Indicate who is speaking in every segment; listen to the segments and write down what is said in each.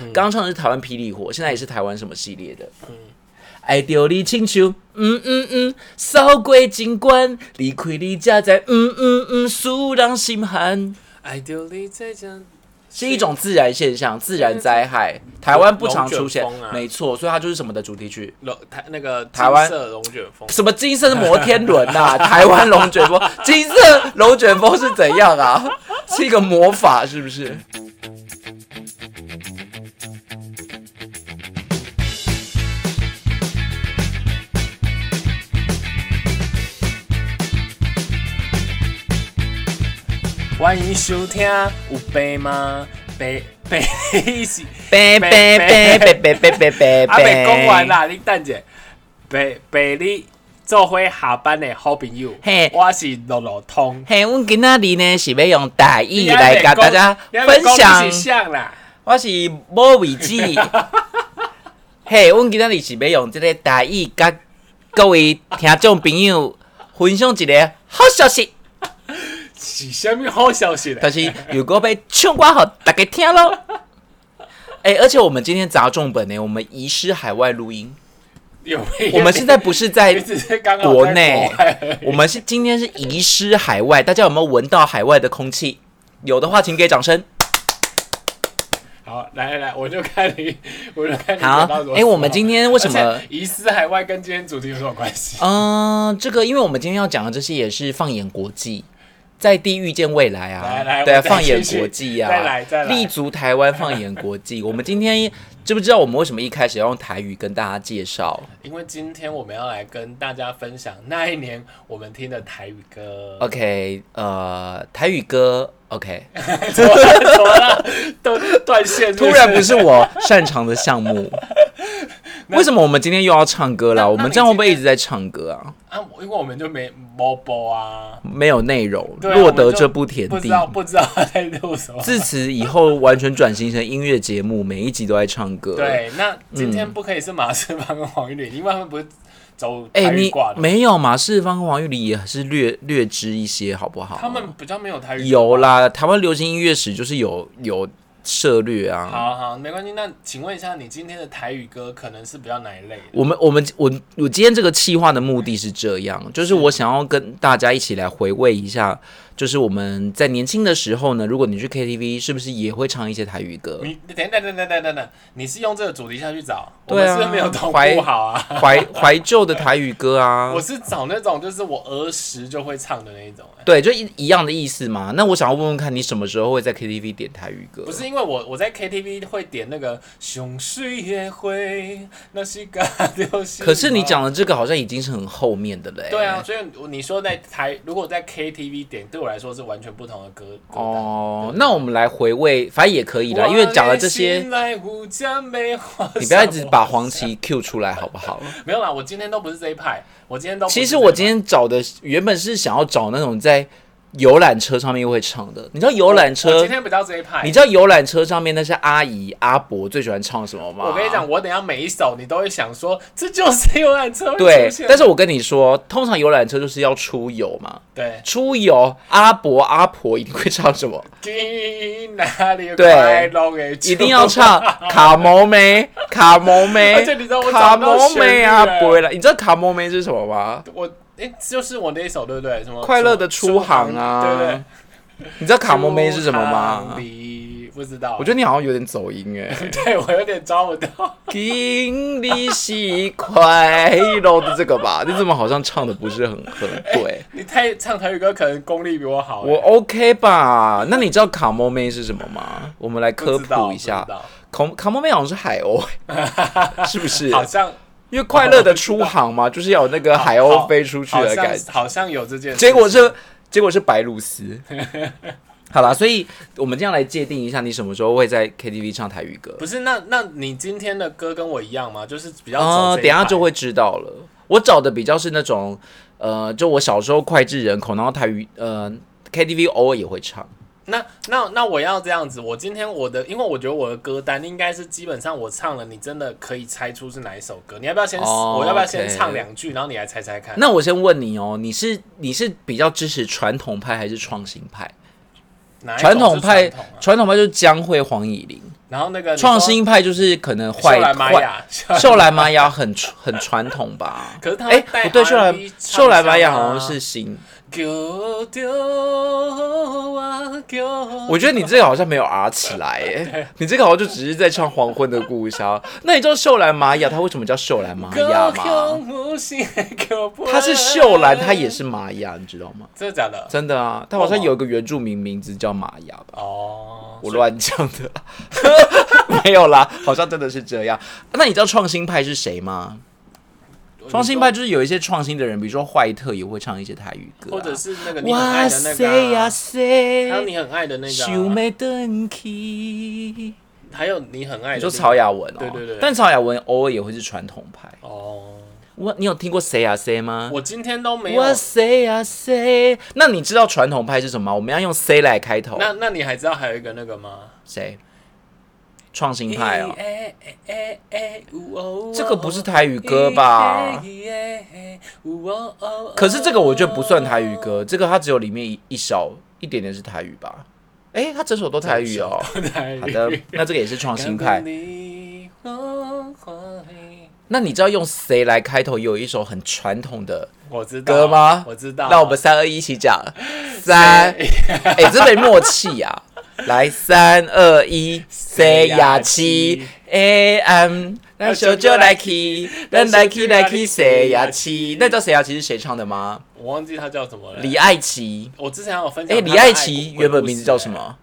Speaker 1: 嗯
Speaker 2: 刚唱的是台湾霹雳火，现在也是台湾什么系列的？爱着你亲像，嗯嗯嗯，扫过景观，离开你才知，嗯嗯嗯，使人心寒。
Speaker 1: 爱丢你在讲，
Speaker 2: 是一种自然现象，自然灾害，台湾不常出现
Speaker 1: 龙卷风，啊
Speaker 2: 没错，所以它就是什么的主题曲。
Speaker 1: 龙台那个
Speaker 2: 台湾
Speaker 1: 金色龙卷风，
Speaker 2: 什么金色是摩天轮 呐、啊台湾龙卷风，金色龙卷风是怎样 啊？是一个魔法是不是？
Speaker 1: 啊欢迎收听有杯吗？杯杯是
Speaker 2: 贝贝贝贝贝贝贝贝
Speaker 1: 阿啊北讲完。啦，你等者，北北你做伙下班的好朋友，
Speaker 2: 嘿
Speaker 1: 我是路路通，
Speaker 2: 嘿，我今仔日呢是要用台语来
Speaker 1: 你还
Speaker 2: 跟大
Speaker 1: 没讲
Speaker 2: 家
Speaker 1: 你还没
Speaker 2: 分
Speaker 1: 讲
Speaker 2: 享
Speaker 1: 你是。像啦，
Speaker 2: 我是某位 置。嘿，阮今仔日是要用即个台语甲各位听众朋友分享一个好消息，
Speaker 1: 是什么好消息
Speaker 2: 就
Speaker 1: 嘞？
Speaker 2: 是如果被唱歌好，大家听咯。哎、而且我们今天砸重本呢，我们遗失海外录音。
Speaker 1: 有没有
Speaker 2: 我们现在不是在
Speaker 1: 你只是刚好在
Speaker 2: 国内
Speaker 1: 外而已，
Speaker 2: 我们是今天是遗失海外，大家有没有闻到海外的空气？有的话，请给掌声。
Speaker 1: 好，来来来，我就看你，我就看你
Speaker 2: 好
Speaker 1: 讲到什，么。
Speaker 2: 哎、我们今天为什么
Speaker 1: 而且？移师海外跟今天主题有什么关系？
Speaker 2: 嗯、这个因为我们今天要讲的这些也是放眼国际，在地遇见未来啊，
Speaker 1: 来来
Speaker 2: 对啊，
Speaker 1: 我再
Speaker 2: 放眼
Speaker 1: 继续
Speaker 2: 国际啊，
Speaker 1: 再来再来
Speaker 2: 立足台湾，放眼国际。我们今天知不知道我们为什么一开始要用台语跟大家介绍？
Speaker 1: 因为今天我们要来跟大家分享那一年我们听的台语歌。
Speaker 2: 啊 OK，呃，台语歌 OK，
Speaker 1: 怎么了？怎么了？都断线是
Speaker 2: 突
Speaker 1: 是
Speaker 2: 然不是我擅长的项目。 为什么我们今天又要唱歌了？
Speaker 1: 那那
Speaker 2: 我们这样会不会
Speaker 1: 你
Speaker 2: 一
Speaker 1: 今
Speaker 2: 直
Speaker 1: 天
Speaker 2: 在唱歌啊？
Speaker 1: 啊，因为我们就没 mobile 啊，
Speaker 2: 没有内容，
Speaker 1: 对啊
Speaker 2: 落得这步田
Speaker 1: 不知
Speaker 2: 地。
Speaker 1: 道不知道在录什么。
Speaker 2: 自此以后，完全转型成音乐节目，每一集都在唱歌。
Speaker 1: 对，那今天不可以是马世芳跟黄玉玲，因为他们不是走
Speaker 2: 嗯哎、
Speaker 1: 台语
Speaker 2: 你
Speaker 1: 挂的，
Speaker 2: 没有马世芳和黄玉玲也是略略知一些，好不好？
Speaker 1: 他们比较没有台语。
Speaker 2: 有。啦，台湾流行音乐史就是有有涉略啊。
Speaker 1: 好好，没关系。那请问一下，你今天的台语歌可能是比较哪一类的？
Speaker 2: 我们我们我我今天这个企划的目的是这样，就是我想要跟大家一起来回味一下，就是我们在年轻的时候呢，如果你去 KTV，是不是也会唱一些台语歌？
Speaker 1: 你等等等等等等等，你是用这个主题下去找，我
Speaker 2: 对
Speaker 1: 们
Speaker 2: 啊
Speaker 1: 是没有同
Speaker 2: 怀
Speaker 1: 步好啊。
Speaker 2: 怀怀旧的台语歌啊
Speaker 1: 我，是找那种就是我儿时就会唱的那一种、欸，
Speaker 2: 对，就一一样的意思嘛。那我想要问问看你什么时候会在 KTV 点台语歌？
Speaker 1: 不是因为我我在 KTV 会点那个熊睡也会，那是嘎丢心。
Speaker 2: 可是你，讲的这个好像已经是很后面的欸嘞、
Speaker 1: 对啊，，所以你说在台，如果在 KTV 点，对我来说是完全不同的歌歌单。
Speaker 2: 哦，那我们来回味，反正也可以啦，因为讲了这些，你
Speaker 1: 你
Speaker 2: 不要一直把黄芪 Q 出来好不好？
Speaker 1: 没有啦，我今天都不是这一派，我今天都不是
Speaker 2: 其实
Speaker 1: 这一
Speaker 2: 我
Speaker 1: 派
Speaker 2: 今天找的原本是想要找那种在游览车上面会唱的，你知道游览
Speaker 1: 我
Speaker 2: 车
Speaker 1: 今，天比较这一派
Speaker 2: 你。知道游览车上面那些阿姨阿伯最喜欢唱什么吗？
Speaker 1: 我跟你讲，，我等一下每一首你都会想说，这就是游览车会
Speaker 2: 对
Speaker 1: 出现，
Speaker 2: 但是我跟你说，通常游览车就是要出游嘛，
Speaker 1: 对，
Speaker 2: 出游阿伯阿婆一定会唱什么？
Speaker 1: 去哪里
Speaker 2: 对
Speaker 1: 快乐的
Speaker 2: 一定要唱卡蒙 梅，卡蒙梅，
Speaker 1: 而且你知道我
Speaker 2: 卡
Speaker 1: 找不到
Speaker 2: 蒙
Speaker 1: 旋律
Speaker 2: 梅啊，
Speaker 1: 欸
Speaker 2: 不会了。你知道卡蒙梅是什么吗？
Speaker 1: 我哎、就是我那一首对不对？什么
Speaker 2: 快乐的出航啊，
Speaker 1: 对不对？
Speaker 2: 你知道卡蒙梅是什么
Speaker 1: 出
Speaker 2: 吗
Speaker 1: 航？离不知道，
Speaker 2: 我觉得你好像有点走音 哎、
Speaker 1: 得对我有点抓不到。
Speaker 2: 经历是快乐的这个吧？你怎么好像唱的不是很很对？
Speaker 1: 你太唱台语歌，可能功力比我好、
Speaker 2: 我 OK 吧？那你知道卡蒙梅是什么吗？我们来
Speaker 1: 不
Speaker 2: 科
Speaker 1: 知道
Speaker 2: 普一下
Speaker 1: 不知，道
Speaker 2: 卡卡蒙梅好像是海 鸥，是不是？
Speaker 1: 好像
Speaker 2: 因为快乐的出航嘛，就是要有那个海鸥飞出去
Speaker 1: 好
Speaker 2: 的
Speaker 1: 像
Speaker 2: 感觉。
Speaker 1: 好像有这件事情。
Speaker 2: 结果是，结果是白露 丝。好啦，所以我们这样来界定一下，你什么时候会在 KTV 唱台语歌？
Speaker 1: 不是？那那你今天的歌跟我一样吗？就是比较
Speaker 2: 哦，等
Speaker 1: 走这
Speaker 2: 一
Speaker 1: 一
Speaker 2: 下
Speaker 1: 派
Speaker 2: 就会知道了。我找的比较是那种，呃，就我小时候脍炙人口，然后台语，呃，KTV 偶尔也会唱。
Speaker 1: 那那那我要这样子，我今天我的，因为我觉得我的歌单应该是基本上我唱了，你真的可以猜出是哪一首歌。你要不要先
Speaker 2: 哦
Speaker 1: 我要不要
Speaker 2: OK
Speaker 1: 先唱两句，然后你来猜猜看？
Speaker 2: 那我先问你哦，你是你是比较支持传统派还是创新派？
Speaker 1: 哪一首
Speaker 2: 传
Speaker 1: 是
Speaker 2: 统派
Speaker 1: 传统啊，
Speaker 2: 传统派就是江蕙、黄以玲，
Speaker 1: 然后那个你说
Speaker 2: 创新派就是可能
Speaker 1: 秀
Speaker 2: 坏
Speaker 1: 兰玛
Speaker 2: 坏。
Speaker 1: 雅，
Speaker 2: 秀兰玛雅很传很传统吧？
Speaker 1: 可是他
Speaker 2: 哎、
Speaker 1: 会带
Speaker 2: 不对，秀兰
Speaker 1: R&B
Speaker 2: 秀兰玛雅
Speaker 1: 唱
Speaker 2: 好
Speaker 1: 腔
Speaker 2: 像
Speaker 1: 啊
Speaker 2: 是新，
Speaker 1: 丢丢啊丢，
Speaker 2: 我觉得你这个好像没有 R 起来 耶，你这个好像就只是在唱黄昏的故乡。那你知道秀兰玛雅她为什么叫秀兰玛雅吗？她是秀兰，她也是玛雅，你知道吗？
Speaker 1: 真的假的？
Speaker 2: 真的啊，她好像有一个原住民名字叫玛雅吧，
Speaker 1: 哦，
Speaker 2: 我乱讲的， 没有啦，好像真的是这样。那你知道创新派是谁吗？创新派就是有一些创新的人，比如说坏特也会唱一些台语歌啊、
Speaker 1: 或者是那个你很
Speaker 2: 哇
Speaker 1: 爱的那个
Speaker 2: 塞呀
Speaker 1: 啊、
Speaker 2: 塞，
Speaker 1: 还有你很爱的那个
Speaker 2: 想
Speaker 1: 啊、
Speaker 2: 要转去
Speaker 1: 还有你很爱的、那
Speaker 2: 你
Speaker 1: 个
Speaker 2: 说曹雅文哦，
Speaker 1: 对对对
Speaker 2: 但曹雅文偶尔也会是传统派。
Speaker 1: 哦，
Speaker 2: 我你有听过谁啊谁吗？
Speaker 1: 我今天都没有。
Speaker 2: 我谁啊谁？那你知道传统派是什么吗？我们要用 C 来开头。
Speaker 1: 那那你还知道还有一个那个吗？
Speaker 2: 谁？创新派哦，
Speaker 1: 哎哎哎哎呜哦
Speaker 2: 这个不是台语歌吧？？
Speaker 1: 哎哎呜哦哦哦
Speaker 2: 可是这个我觉得不算台语歌，这个它只有里面一一小一点点是台语吧？哎，它整首都台语哦。
Speaker 1: 台语。
Speaker 2: 好的，那这个也是创新 派。那你知道用谁来开头有一首很传统的
Speaker 1: 我知道
Speaker 2: 歌吗？
Speaker 1: 我知道。
Speaker 2: 那我们三二一一起 讲，三，哎、真没默契呀、来，三二一，say 呀七，a m，那首就来 k 那来 k 来 k say 呀七，那知道 say 呀七是谁唱的吗？
Speaker 1: 我忘记他叫什么了。
Speaker 2: 李艾琪，
Speaker 1: 呃我之前还有分
Speaker 2: 哎、
Speaker 1: 享。
Speaker 2: 李艾琪原本名字叫什？么？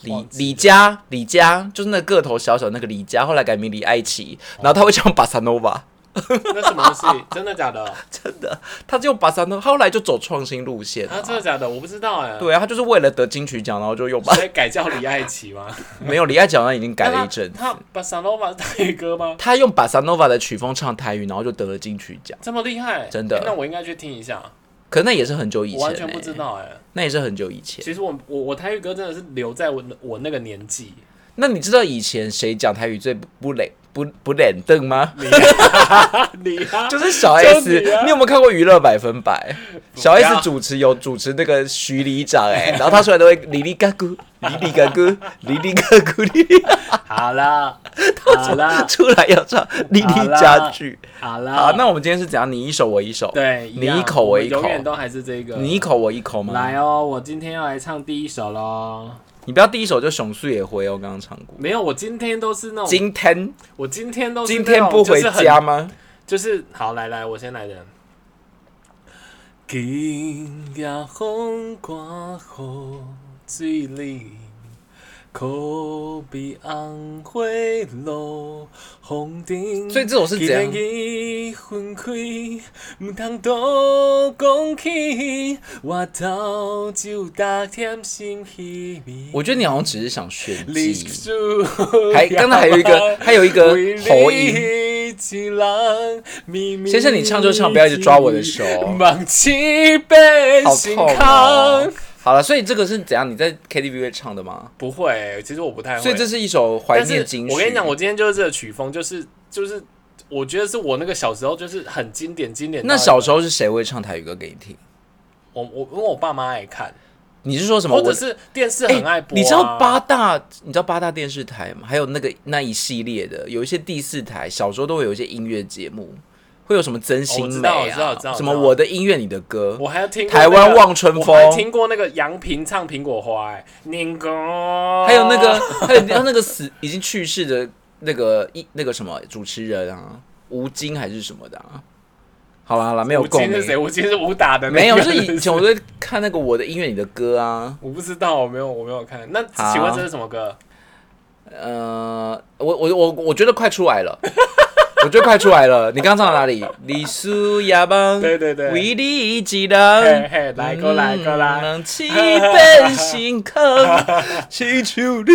Speaker 2: 李
Speaker 1: 忘记了
Speaker 2: 李佳，李佳就是那个头小小那个李佳，后来改名李艾琪，
Speaker 1: 哦
Speaker 2: 然后他会唱巴萨诺瓦，
Speaker 1: 那什么东西？真的假的？
Speaker 2: 真的，他就巴萨诺，后来就走创新路线、啊。
Speaker 1: 啊，真的假的？我不知道哎。，
Speaker 2: 对啊，他就是为了得金曲奖，然后就用巴
Speaker 1: 所以改叫李艾琪吗？
Speaker 2: 没有，李艾讲他已经 改了一阵
Speaker 1: 那。他他把 s a n o v a 台语歌吗？
Speaker 2: 他用巴萨诺瓦的曲风唱台语，然后就得了金曲奖。
Speaker 1: 这么厉害？
Speaker 2: 真的
Speaker 1: 哎那我应该去听一下。
Speaker 2: 可那也是很久以
Speaker 1: 我
Speaker 2: 前、欸，
Speaker 1: 完全不知道哎。
Speaker 2: 那也是很久以前。
Speaker 1: 其实我我我台语歌真的是留在我我那个年纪。
Speaker 2: 那你知道以前谁讲台语最不不冷不不冷瞪吗？
Speaker 1: 你啊，
Speaker 2: 就是小
Speaker 1: 就
Speaker 2: S，
Speaker 1: 你啊
Speaker 2: 你有没有看过《娱乐百分百》？小
Speaker 1: 不要
Speaker 2: S 主持有主持那个徐里长哎、 然后他出来都会哩哩嘎咕，哩哩嘎咕，哩哩嘎咕，哩哩嘎
Speaker 1: 好了， 好了
Speaker 2: 咕，，出来要唱哩
Speaker 1: 好
Speaker 2: 哩
Speaker 1: 啦
Speaker 2: 家具。
Speaker 1: 好
Speaker 2: 好
Speaker 1: 了，，
Speaker 2: 那我们今天是怎样？你一首我一首，
Speaker 1: 对，
Speaker 2: 你
Speaker 1: 样
Speaker 2: 一口
Speaker 1: 我
Speaker 2: 我
Speaker 1: 们
Speaker 2: 一口
Speaker 1: 永，远都还是这个。
Speaker 2: 你一口我一口吗？
Speaker 1: 来哦，我今天要来唱第一首喽。
Speaker 2: 你不要第一首就熊素也回哦，我刚刚唱过。
Speaker 1: 没有，我今天都是那种，
Speaker 2: 今天
Speaker 1: 我今天哦都是
Speaker 2: 今
Speaker 1: 那
Speaker 2: 天
Speaker 1: 种
Speaker 2: 不回家，吗？
Speaker 1: 就是很就是好来来，我先来的。今夜风刮雨水里，可比红花落风顶。
Speaker 2: 所以这首是怎样
Speaker 1: 既然已分开，毋通多讲起，我头就搭添心虚味。
Speaker 2: 我觉得你好像只是想炫
Speaker 1: 历
Speaker 2: 技，
Speaker 1: 史
Speaker 2: 还刚才还有一 个，还有一个喉音。
Speaker 1: 音。先
Speaker 2: 先生你唱就唱不要一直抓我的手
Speaker 1: 忘记被
Speaker 2: 好
Speaker 1: 心
Speaker 2: 痛
Speaker 1: 扛
Speaker 2: 哦！好了，所以这个是怎样？你在 KTV 会唱的吗？
Speaker 1: 不会，其实我不太会。
Speaker 2: 所以这是一首怀
Speaker 1: 但
Speaker 2: 念
Speaker 1: 是
Speaker 2: 金曲。
Speaker 1: 我跟你讲，我今天就是这个曲风，就是就是，我觉得是我那个小时候就是很经典经典到一
Speaker 2: 那
Speaker 1: 个。
Speaker 2: 小时候是谁会唱台语歌给你听？
Speaker 1: 我我因为我爸妈爱看，
Speaker 2: 你是说什么？
Speaker 1: 或
Speaker 2: 我哎
Speaker 1: 者是电视很爱播啊。
Speaker 2: 你知道八大，你知道八大电视台吗？还有那个那一系列的，有一些第四台，小时候都会有一些音乐节目，会有什么真心美
Speaker 1: 哦我知道我
Speaker 2: 啊
Speaker 1: 知道我知道我，知
Speaker 2: 什
Speaker 1: 道
Speaker 2: 么我的音乐你的歌，
Speaker 1: 我还要听过
Speaker 2: 台
Speaker 1: 那
Speaker 2: 湾
Speaker 1: 个
Speaker 2: 望春
Speaker 1: 我还
Speaker 2: 风，
Speaker 1: 听过那个杨平唱《苹果花》哎，年糕，
Speaker 2: 还有那个还有还有那个死已经去世的那个一那个什么主持人啊，吴京还是什么的啊。好啦好啦，没有
Speaker 1: 吴
Speaker 2: 共
Speaker 1: 京是谁？
Speaker 2: 鸣，
Speaker 1: 吴京是武打的那个，
Speaker 2: 没有，就是
Speaker 1: 不
Speaker 2: 以前我都在看那个我的音乐你的歌啊，
Speaker 1: 我不知道，我没有，我没有看。那
Speaker 2: 好
Speaker 1: 请问这是什么歌？
Speaker 2: 呃，我我我我觉得快出来了， 我觉得快出来了。你刚刚唱到哪里？李苏亚邦，
Speaker 1: 对对对
Speaker 2: 为你一
Speaker 1: 嘿
Speaker 2: 人。
Speaker 1: 嘿，来过来过来，
Speaker 2: 人气变心 空，祈求你。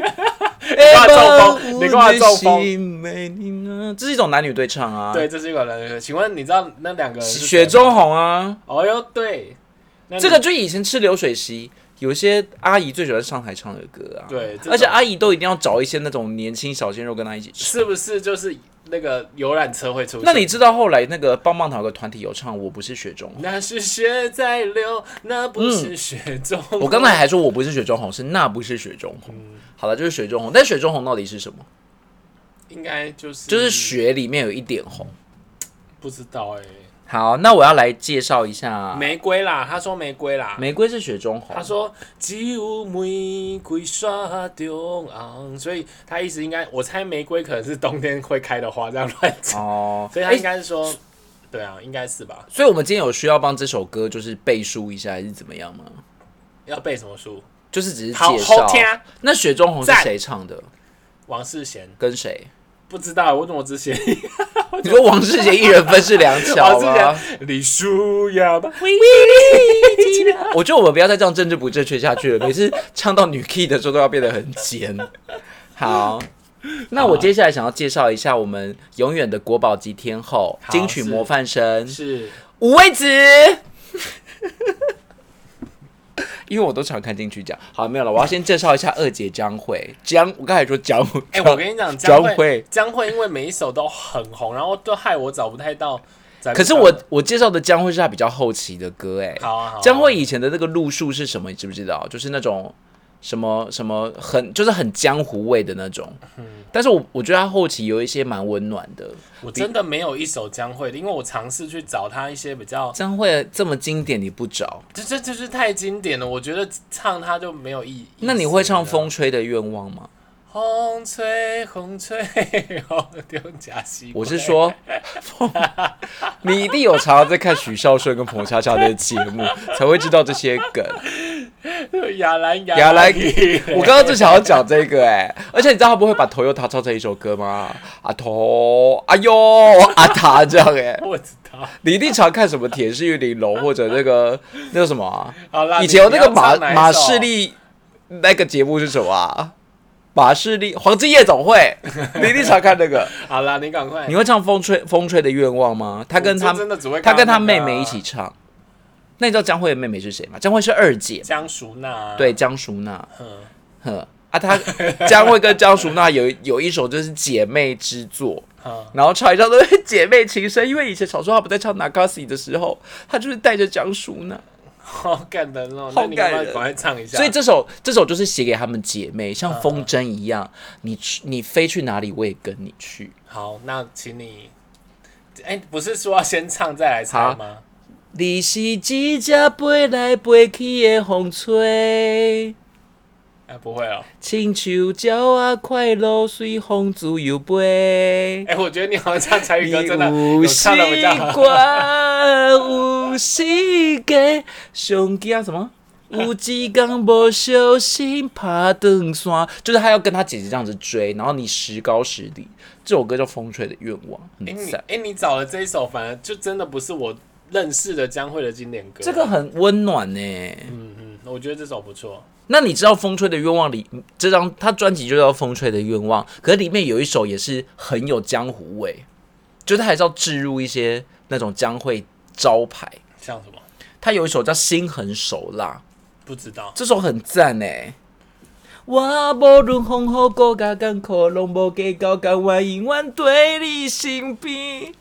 Speaker 2: 你
Speaker 1: 我中风你给我中风
Speaker 2: 风。这是一种男女对唱啊，
Speaker 1: 对，，这是一个人。请问你知道那两个人是谁
Speaker 2: 雪中？红啊，
Speaker 1: 哦哟，对，那你
Speaker 2: 这个就以前吃流水席，有些阿姨最喜欢上台唱的歌啊，
Speaker 1: 对这种
Speaker 2: 而且阿姨都一定要找一些那种年轻小鲜肉跟她一起唱。
Speaker 1: 是不是就是那个游览车会出现？
Speaker 2: 那你知道后来那个棒棒糖有个团体有唱《我不是雪中红》，
Speaker 1: 那是血在流，那不是雪中。
Speaker 2: 嗯
Speaker 1: 嗯
Speaker 2: 我刚才还说我不是雪中红，是那不是雪中红。好了，就是雪中红，但雪中红到底是什么？
Speaker 1: 应该就是
Speaker 2: 就是雪里面有一点红。
Speaker 1: 不知道哎、
Speaker 2: 好，那我要来介绍一下，
Speaker 1: 玫瑰啦，他说玫瑰啦，
Speaker 2: 玫瑰是雪中红
Speaker 1: 他，说只有玫瑰刷中红，所以他意思应该，我猜玫瑰可能是冬天会开的花，这样乱讲，
Speaker 2: 哦，
Speaker 1: 所以他应
Speaker 2: 诶
Speaker 1: 该是说，对啊，应该是吧？
Speaker 2: 所以我们今天有需要帮这首歌就是背书一下，还是怎么样吗？
Speaker 1: 要背什么书？
Speaker 2: 就是只是
Speaker 1: 好
Speaker 2: 介绍
Speaker 1: 好听。啊
Speaker 2: 那雪中红是
Speaker 1: 赞
Speaker 2: 谁唱的？
Speaker 1: 王世贤
Speaker 2: 跟谁？
Speaker 1: 不知道，我怎么只写
Speaker 2: 你说王世杰一人分饰两角
Speaker 1: 王世
Speaker 2: 吗？
Speaker 1: 贤？李舒雅吧？
Speaker 2: 我觉得我们不要再这样政治不正确下去了，每次唱到女 key 的时候都要变得很尖。好，那
Speaker 1: 啊
Speaker 2: 我接下来想要介绍一下我们永远的国宝级天后、
Speaker 1: 好
Speaker 2: 金曲模范生
Speaker 1: 是
Speaker 2: 五味子。因为我都常看金曲奖，好没有了。我要先介绍一下二姐张惠，江我刚才说江，
Speaker 1: 哎、我跟你讲，
Speaker 2: 张
Speaker 1: 江
Speaker 2: 惠
Speaker 1: 惠江惠因为每一首都很红，然后都害我找不太到宅
Speaker 2: 可
Speaker 1: 配
Speaker 2: 是
Speaker 1: 上。
Speaker 2: 我我介绍的江惠是她比较后期的歌，哎，
Speaker 1: 好啊好啊，
Speaker 2: 江蕙以前的那个路数是什么？你知不知道？就是那种什么什么很就是很江湖味的那种。但是我我觉得他后期有一些蛮温暖的。
Speaker 1: 我真的没有一首江惠的，因为我尝试去找她一些比较，
Speaker 2: 江蕙这么经典你不找，
Speaker 1: 这这这是太经典了，我觉得唱它就没有意义。
Speaker 2: 那你会唱《
Speaker 1: 意思了
Speaker 2: 风吹的愿望》吗？
Speaker 1: 红吹红吹，哦，丢假西瓜。
Speaker 2: 我是说，你一定有常常在看许绍顺跟彭恰恰的节目，才会知道这些梗。
Speaker 1: 雅兰
Speaker 2: 雅
Speaker 1: 雅
Speaker 2: 兰
Speaker 1: 兰伊，
Speaker 2: 我刚刚就想要讲这个哎、而且你知道他们会把头又塔唱成一首歌吗？啊头，哎呦，啊塔这样哎、
Speaker 1: 我知道。
Speaker 2: 你一定常看什么《铁狮与玲珑》或者那 个那个什么啊？
Speaker 1: 好啦，
Speaker 2: 以前有那个马
Speaker 1: 你要唱哪
Speaker 2: 马
Speaker 1: 一首
Speaker 2: 士，利那个节目是什么啊？马士利黄金夜总 会，你一定常看那个。
Speaker 1: 好啦，你赶快。
Speaker 2: 你会唱《风吹风吹的愿望》吗？他跟他
Speaker 1: 我真的只会
Speaker 2: 他
Speaker 1: 看到
Speaker 2: 跟他
Speaker 1: 那
Speaker 2: 妹
Speaker 1: 个啊
Speaker 2: 妹一起唱。那你知道江蕙的妹妹是谁吗？江蕙是二姐，
Speaker 1: 江淑娜，啊
Speaker 2: 对，，江淑娜。
Speaker 1: 嗯，
Speaker 2: 呵啊，她江蕙跟江淑娜有有一首就是姐妹之作。
Speaker 1: 好，
Speaker 2: 然后唱一唱都是姐妹情深，因为以前小时候他们在唱 Nagasi 的时候，他就是带着江淑娜，
Speaker 1: 好感人哦，
Speaker 2: 好
Speaker 1: 那你要不
Speaker 2: 感
Speaker 1: 要
Speaker 2: 人
Speaker 1: 赶快唱一 下。
Speaker 2: 所以这首这首就是写给他们姐妹，像风筝一样，你去你飞去哪里，我也跟你去。
Speaker 1: 好，那请你，哎、不是说要先唱再来
Speaker 2: 好
Speaker 1: 猜吗？
Speaker 2: 你是一只飞来飞去的风吹，
Speaker 1: 哎、不会哦。
Speaker 2: 亲像鸟啊快乐随风自由飞。
Speaker 1: 哎、我觉得你好像唱台语
Speaker 2: 你
Speaker 1: 歌真的
Speaker 2: 有
Speaker 1: 有
Speaker 2: 时
Speaker 1: 唱的比较好。
Speaker 2: 光，有时间，上惊什 么？有一天不小心爬登山，就是他要跟他姐姐这样子追，然后你时高时低。这首歌叫《风吹的愿望》，很
Speaker 1: 哎、你
Speaker 2: 赞
Speaker 1: 哎、。你找了这一首，反而就真的不是我认识的江蕙的经典歌。
Speaker 2: 这个，很温暖欸呢、
Speaker 1: 嗯嗯，我觉得这首不错。
Speaker 2: 那你知道《风吹的愿望》里这张他专辑就叫《风吹的愿望》，可是里面有一首也是很有江湖味，就是他还是要置入一些那种江会招牌。
Speaker 1: 像什么？
Speaker 2: 他有一首叫《心狠手辣》，
Speaker 1: 不知道。
Speaker 2: 这首很赞诶。我无论风雨多甲艰苦，拢无计较，甘愿永远对你身 边。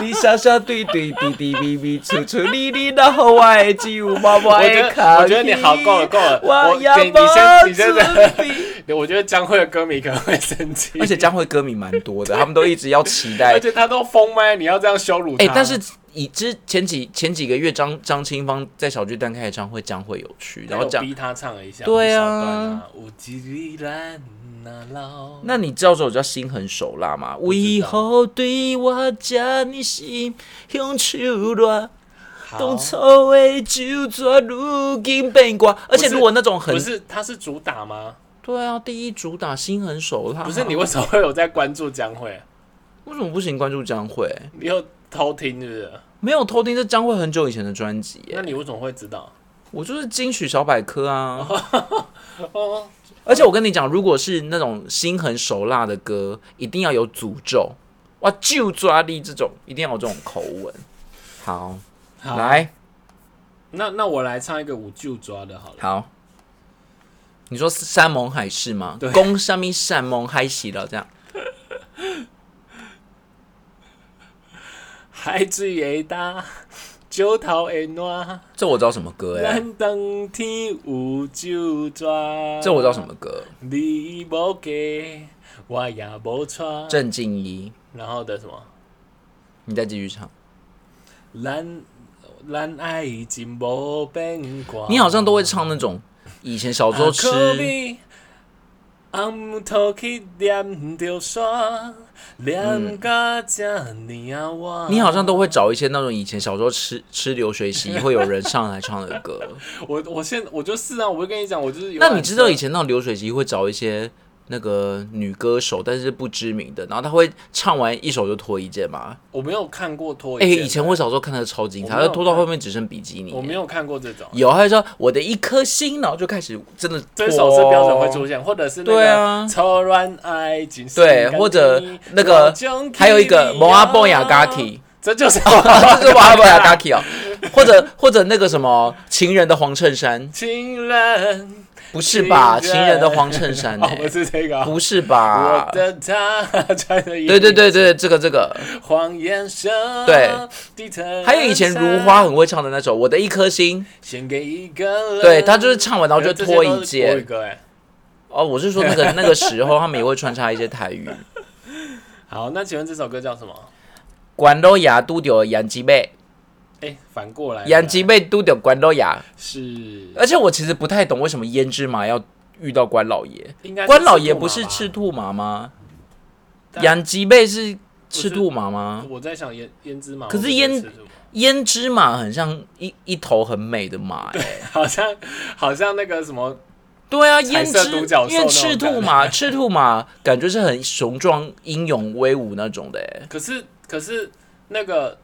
Speaker 2: 你笑笑对对滴滴咪咪，处处里里，然后我的只有妈妈
Speaker 1: 我觉
Speaker 2: 的
Speaker 1: 得
Speaker 2: 靠
Speaker 1: 我觉得你好够了够了
Speaker 2: 我
Speaker 1: 我
Speaker 2: 要
Speaker 1: 你你先你先
Speaker 2: 保持你
Speaker 1: 我觉得江蕙的歌迷可能会生气，
Speaker 2: 而且江蕙歌迷蛮多 的，他们都一直要期待
Speaker 1: 而且他都封麦，你要这样羞辱他。
Speaker 2: 哎、但是以之前几前几个月张张清芳在小巨蛋开演唱会，将会有去，然
Speaker 1: 然
Speaker 2: 后
Speaker 1: 后
Speaker 2: 讲
Speaker 1: 逼他唱了一下，
Speaker 2: 对啊
Speaker 1: 一小段啊，有一日咱若老，
Speaker 2: 那你知道这首叫《心狠手辣》吗？为何对我这呢心凶手辣？当
Speaker 1: 好，
Speaker 2: 初的酒醉，如今变卦。而且如果那种很
Speaker 1: 不是他是主打吗？
Speaker 2: 对啊，第一主打《心狠手辣》，
Speaker 1: 不是你为什么会有在关注江蕙？
Speaker 2: 为什么不行关注张惠？
Speaker 1: 你又偷听是不是？
Speaker 2: 没有偷听这张惠很久以前的专辑耶，
Speaker 1: 那你为什么会知道？
Speaker 2: 我就是金曲小百科啊。
Speaker 1: 哦，
Speaker 2: 而且我跟你讲，如果是那种心狠手辣的歌，一定要有诅咒，哇，就抓力这种，一定要有这种口吻。好，
Speaker 1: 好
Speaker 2: 来，
Speaker 1: 那那我来唱一个五舅抓的好了。
Speaker 2: 好，你说山盟海誓吗
Speaker 1: 对？
Speaker 2: 攻上面山盟海誓了，这样
Speaker 1: 海水会 干，石头会烂，
Speaker 2: 这我知道什么歌哎、
Speaker 1: 咱当天有酒抓。
Speaker 2: 这我知道什么歌，
Speaker 1: 你无给，我也无穿。
Speaker 2: 郑敬一，
Speaker 1: 然后的什么？
Speaker 2: 你再继续唱。
Speaker 1: 咱咱爱情无变卦。
Speaker 2: 你好像都会唱那种以前小时候
Speaker 1: 啊
Speaker 2: 吃，
Speaker 1: 暗头去念着山，念甲遮尼啊晚。
Speaker 2: 你好像都会找一些那种以前小时候吃吃流水 席会有人上来唱的歌。
Speaker 1: 我我现我就是啊，我会跟你讲，我就是有
Speaker 2: 那
Speaker 1: 染
Speaker 2: 你知道
Speaker 1: 色
Speaker 2: 以前那种流水席会找一些那个女歌手，但是不知名的，然后她会唱完一首就脱一件吗？
Speaker 1: 我没有看过脱
Speaker 2: 哎、
Speaker 1: 一件的
Speaker 2: 以前我小时候看的超精彩，
Speaker 1: 我没有
Speaker 2: 她脱到后面只剩比基尼哎
Speaker 1: 我。没有看过这种，
Speaker 2: 有，她就说我的一颗心，然后就开始真的
Speaker 1: 这
Speaker 2: 脱
Speaker 1: 首是标准会出现，或者是那
Speaker 2: 对啊
Speaker 1: 个超软爱情，
Speaker 2: 对，或者那个还有一个摩阿波雅嘎，
Speaker 1: 我将起你啊
Speaker 2: k
Speaker 1: 这就 是
Speaker 2: 这是摩阿波雅嘎 k 哦，或者或者那个什么情人的黄衬衫，
Speaker 1: 情人，
Speaker 2: 不是吧？
Speaker 1: 情
Speaker 2: 情
Speaker 1: 人
Speaker 2: 人的黄衬衫、
Speaker 1: 哦，不
Speaker 2: 欸，
Speaker 1: 是这个啊，
Speaker 2: 不是吧
Speaker 1: 我？的他 穿的
Speaker 2: 对对对对，这个这个，
Speaker 1: 黄眼神，
Speaker 2: 对
Speaker 1: 低头
Speaker 2: 还有以前如花很会唱的那首《我的一颗心
Speaker 1: 献给一个人，》，
Speaker 2: 对他就是唱完然后就
Speaker 1: 啊这些
Speaker 2: 脱
Speaker 1: 都
Speaker 2: 一
Speaker 1: 是脱一
Speaker 2: 件。
Speaker 1: 个哎。
Speaker 2: 哦，我是说那个那个时候他们也会穿插一些台语。
Speaker 1: 好，那请问这首歌叫什么？
Speaker 2: 关洛亚都丢杨吉贝，
Speaker 1: 哎，反过来，
Speaker 2: 杨吉贝都丢关洛亚。
Speaker 1: 是
Speaker 2: 而且我其实不太懂为什么胭脂麻要遇到关老爷。
Speaker 1: 应该是
Speaker 2: 关老爷不是
Speaker 1: 赤
Speaker 2: 赤
Speaker 1: 兔
Speaker 2: 兔麻吗？
Speaker 1: 马吧？
Speaker 2: 杨吉贝是
Speaker 1: 不是
Speaker 2: 赤兔麻吗
Speaker 1: 但？我在想胭胭脂马，
Speaker 2: 啊可是
Speaker 1: 我不
Speaker 2: 胭
Speaker 1: 吃兔马
Speaker 2: 胭脂麻很像一一头很美的马、欸。
Speaker 1: 好像好像那个什么，
Speaker 2: 对啊，
Speaker 1: 彩
Speaker 2: 胭
Speaker 1: 色独角兽
Speaker 2: 脂因为赤
Speaker 1: 那种
Speaker 2: 兔马，赤兔马感觉是很雄壮、英勇、威武那种的欸。
Speaker 1: 可是可是那个，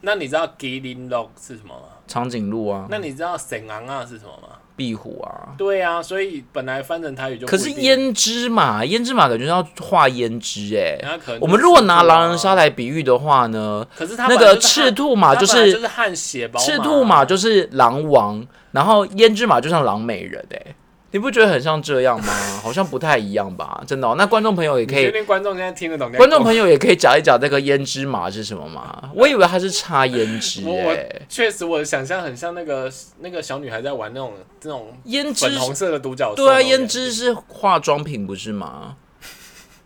Speaker 1: 那你知道吉林鹿是什么吗？
Speaker 2: 长颈鹿啊，
Speaker 1: 那你知道沈昂啊是什么吗？
Speaker 2: 壁虎啊。
Speaker 1: 对啊，所以本来翻成台语就
Speaker 2: 可是
Speaker 1: 不一
Speaker 2: 胭
Speaker 1: 定，
Speaker 2: 脂马，胭脂马感觉要画胭脂哎、
Speaker 1: 然后可能
Speaker 2: 我们如果拿狼人杀
Speaker 1: 来，
Speaker 2: 来比喻的话呢，
Speaker 1: 可是它
Speaker 2: 那
Speaker 1: 本来
Speaker 2: 个
Speaker 1: 就是
Speaker 2: 赤
Speaker 1: 汉
Speaker 2: 兔马
Speaker 1: 它
Speaker 2: 就
Speaker 1: 本来
Speaker 2: 是
Speaker 1: 就是啊汗血宝
Speaker 2: 赤兔马就是狼王，然后胭脂马就像狼美人哎、你不觉得很像这样吗？好像不太一样吧？真的、哦，那观众朋友也
Speaker 1: 你
Speaker 2: 可以
Speaker 1: 确定观众现在听得懂？
Speaker 2: 观众朋友也可以讲一讲那个胭脂马是什么吗？我以为它是插胭脂
Speaker 1: 我
Speaker 2: 哎、
Speaker 1: 我确实我的想象很像那个那个小女孩在玩那种这种
Speaker 2: 胭脂
Speaker 1: 粉红色的独角兽
Speaker 2: 对啊，
Speaker 1: 那种感
Speaker 2: 胭
Speaker 1: 觉
Speaker 2: 脂是化妆品不是吗？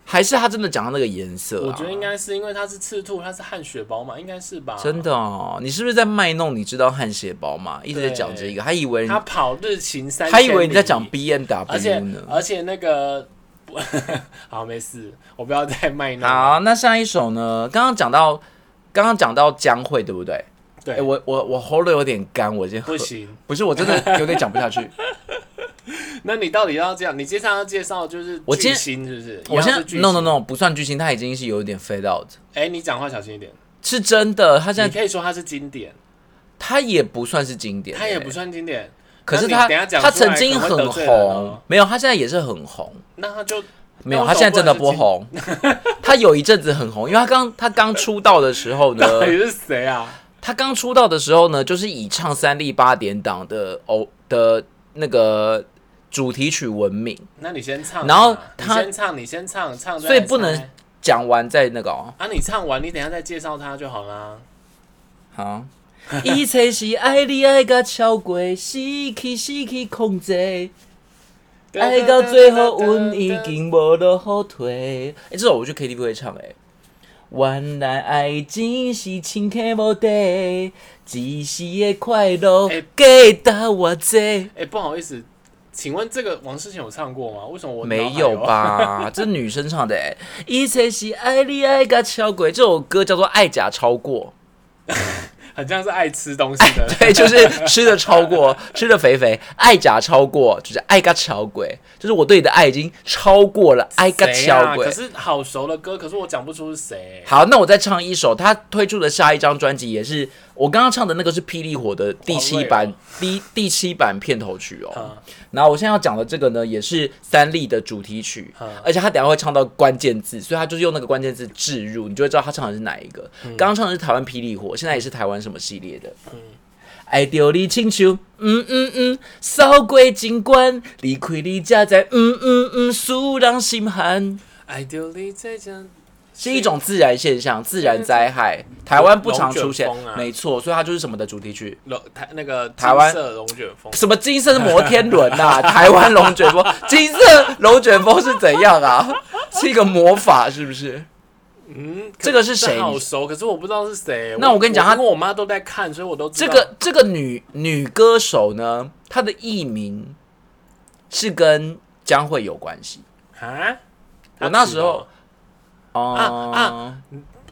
Speaker 2: 还是他真的讲到那个颜色、啊？
Speaker 1: 我觉得应该是因为它是赤兔，它是汗血宝马，应该是吧？
Speaker 2: 真，的哦。你是不是在卖弄？你知道汗血宝马一直在讲这个，还以为
Speaker 1: 它跑日勤三，
Speaker 2: 还以为你在讲，B N
Speaker 1: 而且
Speaker 2: W 呢。
Speaker 1: 而且那个， 好没事，我不要再卖弄。
Speaker 2: 好，那下一首呢？刚刚讲到，刚刚讲到江蕙对不对？
Speaker 1: 对，
Speaker 2: 哎、我我我喉咙有点干，我先喝
Speaker 1: 不。行。
Speaker 2: 不是，我真的有点讲不下 去。
Speaker 1: 那你到底要这样？你接下来要介绍就是
Speaker 2: 我
Speaker 1: 巨
Speaker 2: 今
Speaker 1: 星是不是？
Speaker 2: 我
Speaker 1: 一
Speaker 2: 现
Speaker 1: 样是
Speaker 2: 在
Speaker 1: 巨
Speaker 2: no
Speaker 1: 星
Speaker 2: no。no 不算巨星，他已经是有一点 fade out，
Speaker 1: 哎，你讲话小心一点。
Speaker 2: 是真的。他现
Speaker 1: 你
Speaker 2: 在
Speaker 1: 可以说它是经典，
Speaker 2: 他也不算是经典、
Speaker 1: 它也不
Speaker 2: 欸
Speaker 1: 算经典，
Speaker 2: 可是
Speaker 1: 那你
Speaker 2: 他
Speaker 1: 等一下讲
Speaker 2: 他
Speaker 1: 出来
Speaker 2: 曾经
Speaker 1: 可能会得
Speaker 2: 很
Speaker 1: 罪人
Speaker 2: 红
Speaker 1: 哦，
Speaker 2: 没有，他现在也是很红，
Speaker 1: 那它就
Speaker 2: 没有，
Speaker 1: 那为
Speaker 2: 他
Speaker 1: 什么
Speaker 2: 现在真的不
Speaker 1: 不能
Speaker 2: 红。 他有一阵子很红，因为他刚他刚出道的时 候呢
Speaker 1: 到，底是谁啊？
Speaker 2: 他刚出道的时候呢，就是以唱三立八点档的偶的那个主题曲闻名，
Speaker 1: 那你先唱啊，
Speaker 2: 然后
Speaker 1: 你
Speaker 2: 它
Speaker 1: 先唱，你先唱，唱再
Speaker 2: 所以
Speaker 1: 来
Speaker 2: 不能
Speaker 1: 猜
Speaker 2: 讲完再那个哦。
Speaker 1: 啊，你唱完，你等一下再介绍他就好啦。
Speaker 2: 好， 一切是爱你爱甲超过，失去失去控 制。爱哎到最后，阮已经无路好退。哎、这首我去 KTV 会唱哎、原来爱情是深刻无底，一时的快乐
Speaker 1: 哎
Speaker 2: 给到我这。
Speaker 1: 哎、不好意思，请问这个王世贤有唱过吗？为什么我脑海啊
Speaker 2: 没有？ 吧？哦这女生唱的哎、一切是爱你爱甲超过。这首歌叫做《爱甲超过
Speaker 1: 很像是爱吃东西的》，
Speaker 2: 对，就是吃的超过， 吃的肥肥，爱甲超过，就是爱甲超过，欸就是我对你的爱已经超过了 爱甲
Speaker 1: 谁啊
Speaker 2: 超过。
Speaker 1: 可是好熟的歌，可是我讲不出是谁、
Speaker 2: 好，那我再唱一首，他推出的下一张专辑也是我刚刚唱的那个是《霹雳火》的第七版、
Speaker 1: 好累哦
Speaker 2: 第第七版片头曲哦。
Speaker 1: 嗯
Speaker 2: 然后我现在要讲的这个呢，也是三立的主题曲，
Speaker 1: 嗯
Speaker 2: 而且他等一下会唱到关键字，所以他就是用那个关键字置
Speaker 1: 嗯
Speaker 2: 入，你就会知道他唱的是哪一个。刚刚唱的是台湾霹雳火，现在也是台湾什么系列的？爱着你亲像嗯嗯嗯，扫过情关，离开你才知嗯嗯嗯，使人心寒。
Speaker 1: 爱着你在讲，
Speaker 2: 是一种自然现象，自然灾害，台湾不常出现
Speaker 1: 龙卷风，啊
Speaker 2: 没错，所以它就是什么的主题曲。
Speaker 1: 龙台那个
Speaker 2: 台湾
Speaker 1: 金色龙卷风，
Speaker 2: 什么金色是摩天轮 呐、台湾龙卷风，金色龙卷风是怎样啊？是一个魔法是不是？
Speaker 1: 嗯，可
Speaker 2: 这个是谁
Speaker 1: 好熟，可是我不知道是谁。
Speaker 2: 那我跟你讲他
Speaker 1: 因为我妈都在看，所以我都知
Speaker 2: 这
Speaker 1: 道
Speaker 2: 个这个女女歌手呢，她的艺名是跟江蕙有关系。
Speaker 1: 啊。
Speaker 2: 我那时候哦、
Speaker 1: 啊啊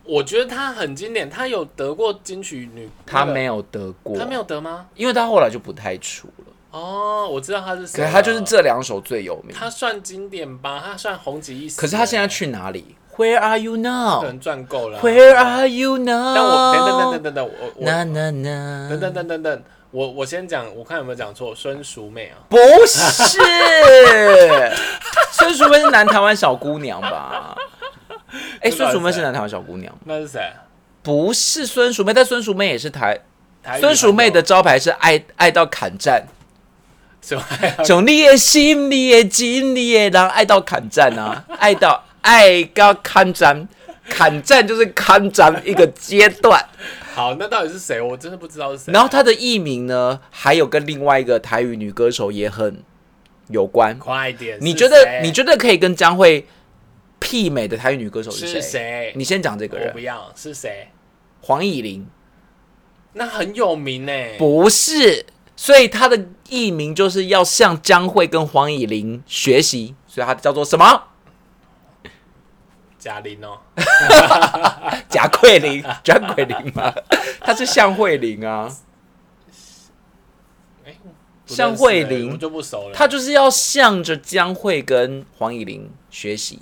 Speaker 1: 我觉得她很经典，她有得过金曲女，
Speaker 2: 她
Speaker 1: 那个
Speaker 2: 没有得过，
Speaker 1: 她没有得吗？
Speaker 2: 因为她后来就不太出了。
Speaker 1: 哦，我知道她是谁
Speaker 2: 可
Speaker 1: 了，
Speaker 2: 是她就是这两首最有名。
Speaker 1: 他算经典吧，他算红极一时。
Speaker 2: 可是她现在去哪里？Where are you
Speaker 1: 可
Speaker 2: now?
Speaker 1: 能赚够了。啊
Speaker 2: Where are 哦 you now?
Speaker 1: 但我等等等等等等，我我
Speaker 2: 那那那
Speaker 1: 等等等等等，我我先讲，我看有没有讲错，孙淑妹啊，
Speaker 2: 不 是，孙淑芬是南台湾小姑娘 吧？哎、孙淑芬是南台湾小姑娘吗，
Speaker 1: 那是谁？啊
Speaker 2: 不是孙淑妹，但孙淑妹也是台。
Speaker 1: 台语
Speaker 2: 孙淑妹的
Speaker 1: 还
Speaker 2: 招牌是爱爱到砍战，
Speaker 1: 有什么？
Speaker 2: 从你的心、你的筋、你的人爱到砍战啊，爱到爱到砍战，砍战就是砍战一个阶段。
Speaker 1: 好，那到底是谁？我真的不知道是谁。
Speaker 2: 然后她的艺名呢，还有跟另外一个台语女歌手也很有关，
Speaker 1: 快点，
Speaker 2: 你
Speaker 1: 是
Speaker 2: 觉得
Speaker 1: 谁
Speaker 2: 你觉得可以跟江蕙媲美的台语女歌手
Speaker 1: 是
Speaker 2: 是谁？
Speaker 1: 谁？
Speaker 2: 你先讲这个
Speaker 1: 我不
Speaker 2: 人，
Speaker 1: 要是谁？
Speaker 2: 黄以玲
Speaker 1: 那很有名呢、
Speaker 2: 不是，所以她的艺名就是要向江蕙跟黄以玲学习，所以她叫做什 么？
Speaker 1: 贾玲哦，
Speaker 2: 贾桂林，贾桂林吗？ 她是向慧玲啊，
Speaker 1: 哎、不认识
Speaker 2: 像慧
Speaker 1: 欸
Speaker 2: 玲
Speaker 1: 我就不熟了。
Speaker 2: 她就是要向着江蕙跟黄以玲学习，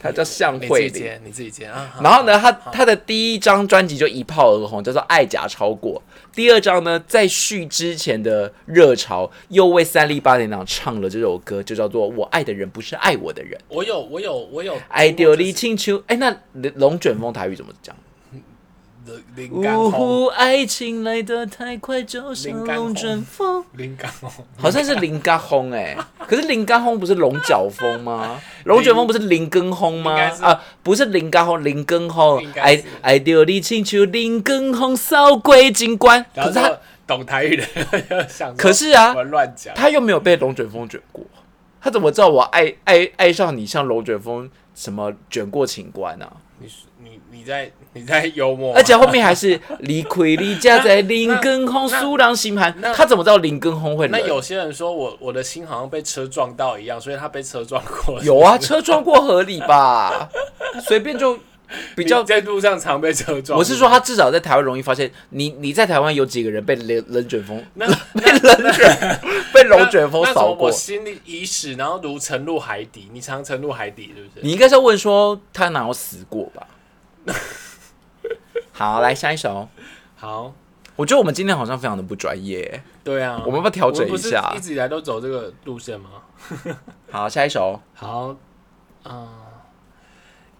Speaker 2: 她叫向
Speaker 1: 你自
Speaker 2: 慧
Speaker 1: 己
Speaker 2: 玲。
Speaker 1: 接，你自己接啊。好
Speaker 2: 然后呢，他他的第一张专辑就一炮而红，叫做《爱甲超过》。第二张呢，在续之前的热潮，又为三立八点档唱了这首歌，就叫做《我爱的人不是爱我的人》。
Speaker 1: 我有我有我有
Speaker 2: 爱
Speaker 1: 丢
Speaker 2: 丢你清秋，哎，那龙卷风台语怎么讲？
Speaker 1: 灵感
Speaker 2: 呜
Speaker 1: 红，
Speaker 2: 呼，爱情来得太快，就像龙卷风。
Speaker 1: 灵感红。
Speaker 2: 好像是林嘎轰哎，可是林嘎轰不是龙角风 吗？龙卷风不是林根轰吗
Speaker 1: 应该？是
Speaker 2: 啊，不是林嘎轰，林根轰
Speaker 1: 应，该
Speaker 2: 爱
Speaker 1: 是
Speaker 2: 爱着你亲像林根轰扫过景关。
Speaker 1: 然
Speaker 2: 可
Speaker 1: 后
Speaker 2: 是他
Speaker 1: 说懂台语的 人想说，
Speaker 2: 可是啊
Speaker 1: 我乱讲，
Speaker 2: 他又没有被龙卷风卷过，他怎么知道我爱爱爱上你像龙卷风什么卷过情关啊？
Speaker 1: 你你你在你在幽默啊，
Speaker 2: 而且后面还是离开你家 在林根轰
Speaker 1: 那那
Speaker 2: 苏朗心寒
Speaker 1: 那，
Speaker 2: 他怎么知道林根轰会冷
Speaker 1: 那有些人说我我的心好像被车撞到一样，所以他被车撞过。
Speaker 2: 有 啊，车撞过合理吧？随便就比
Speaker 1: 你
Speaker 2: 较
Speaker 1: 在路上常被车撞。
Speaker 2: 我是说，他至少在台湾容易发现。你你在台湾有几个人被冷冷卷风、
Speaker 1: 那
Speaker 2: 被冷卷、被龙卷风
Speaker 1: 那
Speaker 2: 扫
Speaker 1: 那从我
Speaker 2: 过？
Speaker 1: 心里已死，然后如沉入海底。你常沉入海底是不是？
Speaker 2: 你应该是要问说他哪有死过吧？ 好，来下一首。
Speaker 1: 好，
Speaker 2: 我觉得我们今天好像非常的不专业。
Speaker 1: 对啊，
Speaker 2: 我们要不要调整
Speaker 1: 我们不是
Speaker 2: 一下
Speaker 1: 一直以来都走这个路线吗？
Speaker 2: 好，下一首。
Speaker 1: 好，啊、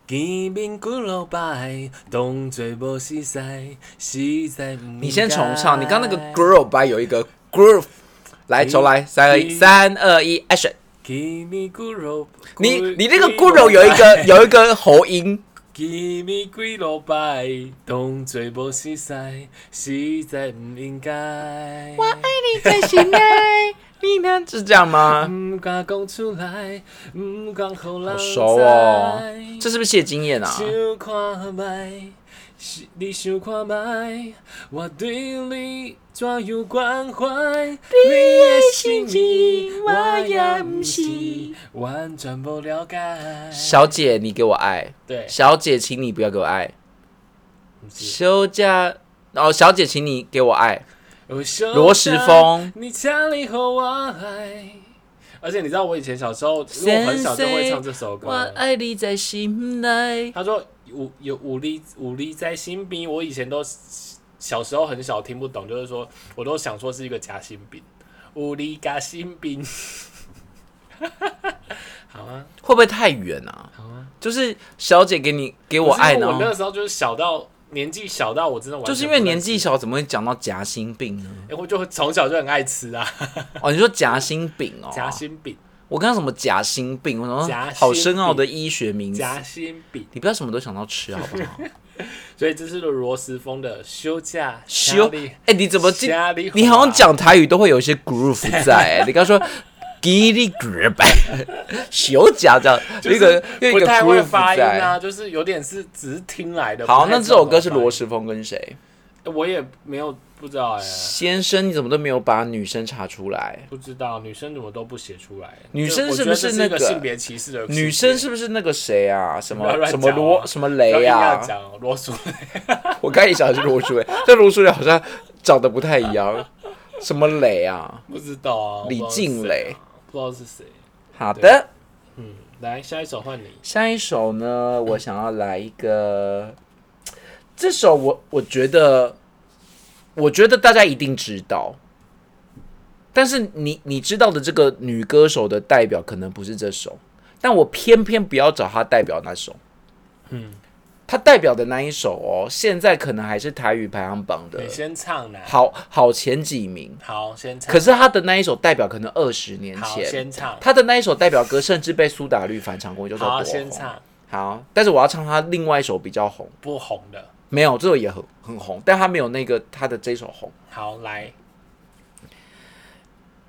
Speaker 1: 见面几落摆，当作无实在，实在唔。
Speaker 2: 你先重唱，你刚那个 girl 吧有一个 groove，来重来，三二一，
Speaker 1: 一
Speaker 2: 三二一，action！
Speaker 1: Give me good love，
Speaker 2: 你你那个 groove 有一个有一个喉音，
Speaker 1: Give me good love，拜，当作无实在，实在唔应该。
Speaker 2: 你在心内，你呢？是这样吗？
Speaker 1: 唔敢讲出来，唔敢互人
Speaker 2: 好
Speaker 1: 知。
Speaker 2: 熟哦，这是不是谢金燕啊？
Speaker 1: 想看卖，是你想看卖，我对你怎样关怀？你的心意我也不是完全不了解。
Speaker 2: 小姐，你给我爱。
Speaker 1: 对，
Speaker 2: 小姐，请你不要给我爱。
Speaker 1: 不是
Speaker 2: 休假哦，小姐，请你给我爱。
Speaker 1: 有想
Speaker 2: 罗时丰
Speaker 1: 到你千里和我爱。而且你知道，我以前小时候，因为我很小就会唱这首歌。
Speaker 2: 我爱你在心内。
Speaker 1: 他说武有武力武力在心病，我以前都小时候很小听不懂，就是说我都想说是一个夹心饼，武力夹心饼。好啊，
Speaker 2: 会不会太远啊？
Speaker 1: 好啊，
Speaker 2: 就是小姐给你给我
Speaker 1: 不是
Speaker 2: 爱
Speaker 1: 因为
Speaker 2: 呢
Speaker 1: 我？那个时候就是小到年纪小到我真的完全
Speaker 2: 就是因为
Speaker 1: 不认
Speaker 2: 年
Speaker 1: 识
Speaker 2: 纪，小，怎么会讲到夹心饼呢？
Speaker 1: 哎、我就从小就很爱吃啊，
Speaker 2: 哦，你说 夹心饼哦，
Speaker 1: 夹，心饼，
Speaker 2: 我刚刚什么夹心饼，我
Speaker 1: 夹
Speaker 2: 说
Speaker 1: 心
Speaker 2: 好深奥的医学名词，
Speaker 1: 夹心饼。
Speaker 2: 你不要什么都想到吃好不好？
Speaker 1: 所以这是罗斯风的休假
Speaker 2: 修，
Speaker 1: 夏令
Speaker 2: 哎、你怎么进？
Speaker 1: 夏令
Speaker 2: 你好像
Speaker 1: 啊
Speaker 2: 讲台语都会有一些 groove 在、你刚说 giri groove，修夹这样，有一个有一
Speaker 1: 不
Speaker 2: 个
Speaker 1: 太会
Speaker 2: groove
Speaker 1: 发音
Speaker 2: 在。
Speaker 1: 啊，就是有点是只是听来的。
Speaker 2: 好，
Speaker 1: 不
Speaker 2: 那
Speaker 1: 太啊
Speaker 2: 这
Speaker 1: 知道
Speaker 2: 首歌是
Speaker 1: 怎么
Speaker 2: 罗
Speaker 1: 发
Speaker 2: 时峰跟谁？
Speaker 1: 音，我也没有不知道哎、
Speaker 2: 先生，你怎么都没有把女生查出来？
Speaker 1: 不知道女生怎么都不写出来。
Speaker 2: 女生
Speaker 1: 这
Speaker 2: 是不
Speaker 1: 我觉得
Speaker 2: 是
Speaker 1: 这是
Speaker 2: 那
Speaker 1: 一个
Speaker 2: 个
Speaker 1: 性别歧视的世界？
Speaker 2: 女生是不是那个谁啊？什
Speaker 1: 不要
Speaker 2: 么
Speaker 1: 乱
Speaker 2: 什
Speaker 1: 讲
Speaker 2: 么
Speaker 1: 啊
Speaker 2: 罗什么雷
Speaker 1: 要
Speaker 2: 啊
Speaker 1: 硬要？讲罗素，
Speaker 2: 我刚一想的是罗淑蕾，但罗淑蕾好像长得不太一样。什么雷啊？
Speaker 1: 不知道啊，
Speaker 2: 李静蕾
Speaker 1: 不知道是谁啊、
Speaker 2: 好的，
Speaker 1: 不知道是谁。嗯，来下一首换你。
Speaker 2: 下一首呢，我想要来一个，这首我我觉得，我觉得大家一定知道，但是你你知道的这个女歌手的代表可能不是这首，但我偏偏不要找她代表那首，
Speaker 1: 嗯，
Speaker 2: 她代表的那一首哦，现在可能还是台语排行榜的
Speaker 1: 你先唱呢。
Speaker 2: 呃好好前几名，
Speaker 1: 好，先唱。
Speaker 2: 可是她的那一首代表可能二十年
Speaker 1: 好，
Speaker 2: 前。
Speaker 1: 先唱。
Speaker 2: 她的那一首代表歌，甚至被苏打绿翻唱过，就是
Speaker 1: 好，
Speaker 2: 多
Speaker 1: 先
Speaker 2: 红
Speaker 1: 唱
Speaker 2: 好，但是我要唱他另外一首比较红，
Speaker 1: 不红的。
Speaker 2: 没有这首也很很红，但他没有那个他的这首红。
Speaker 1: 好，来，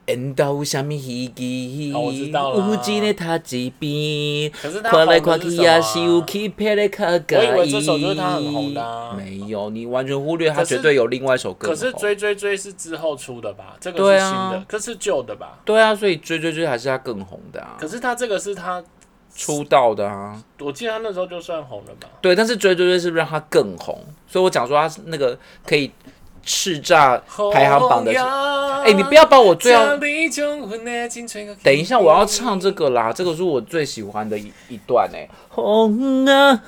Speaker 2: 缘投什么鱼机？
Speaker 1: 哦我知道啦
Speaker 2: 有真的他一边，
Speaker 1: 可是他
Speaker 2: 看来
Speaker 1: 红
Speaker 2: 看
Speaker 1: 的是
Speaker 2: 去
Speaker 1: 什么啊
Speaker 2: 也是有欺骗的卡卡。
Speaker 1: 我以为这首就是他很红的啊
Speaker 2: 没有，你完全忽略他
Speaker 1: 可是
Speaker 2: 绝对有另外一首歌
Speaker 1: 可
Speaker 2: 很红。
Speaker 1: 是追追追是之后出的吧？这
Speaker 2: 对
Speaker 1: 个是
Speaker 2: 啊
Speaker 1: 新的，这是旧的吧？
Speaker 2: 对啊，所以追追追还是他更红的啊
Speaker 1: 可，是他这个是他，
Speaker 2: 出道的啊。
Speaker 1: 我记得他那时候就算红了吧？
Speaker 2: 对，但是追追追是不是让他更红？所以我讲说他那个可以叱咤排行榜的是。哎、
Speaker 1: 哎
Speaker 2: 你不要把我最后。等
Speaker 1: 等
Speaker 2: 一下，我要唱这个啦，这个是我最喜欢的一一段哎、红啊，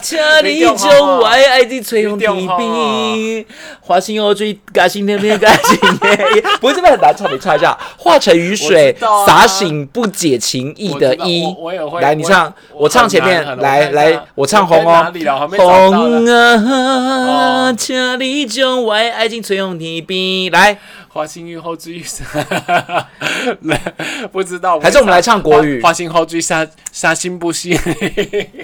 Speaker 2: 请你将我的爱的吹向天边，花心我最感性天天感性耶，不是这边很难唱，你唱一下，化成雨
Speaker 1: 我
Speaker 2: 水
Speaker 1: 知道啊
Speaker 2: 洒醒不解情意的衣
Speaker 1: 我。我也会
Speaker 2: 来，你唱，我
Speaker 1: 我
Speaker 2: 唱前面
Speaker 1: 很难，很
Speaker 2: 来
Speaker 1: 难
Speaker 2: 来，我唱红
Speaker 1: 在哪
Speaker 2: 哦
Speaker 1: 里。了？我还没找到
Speaker 2: 红
Speaker 1: 呢。
Speaker 2: 啊，
Speaker 1: 哦
Speaker 2: 请你将我的爱情吹向天边。来，
Speaker 1: 花心雨后追杀， 不知道。
Speaker 2: 还是我们来唱国语
Speaker 1: 花花心后追杀，杀心 不息。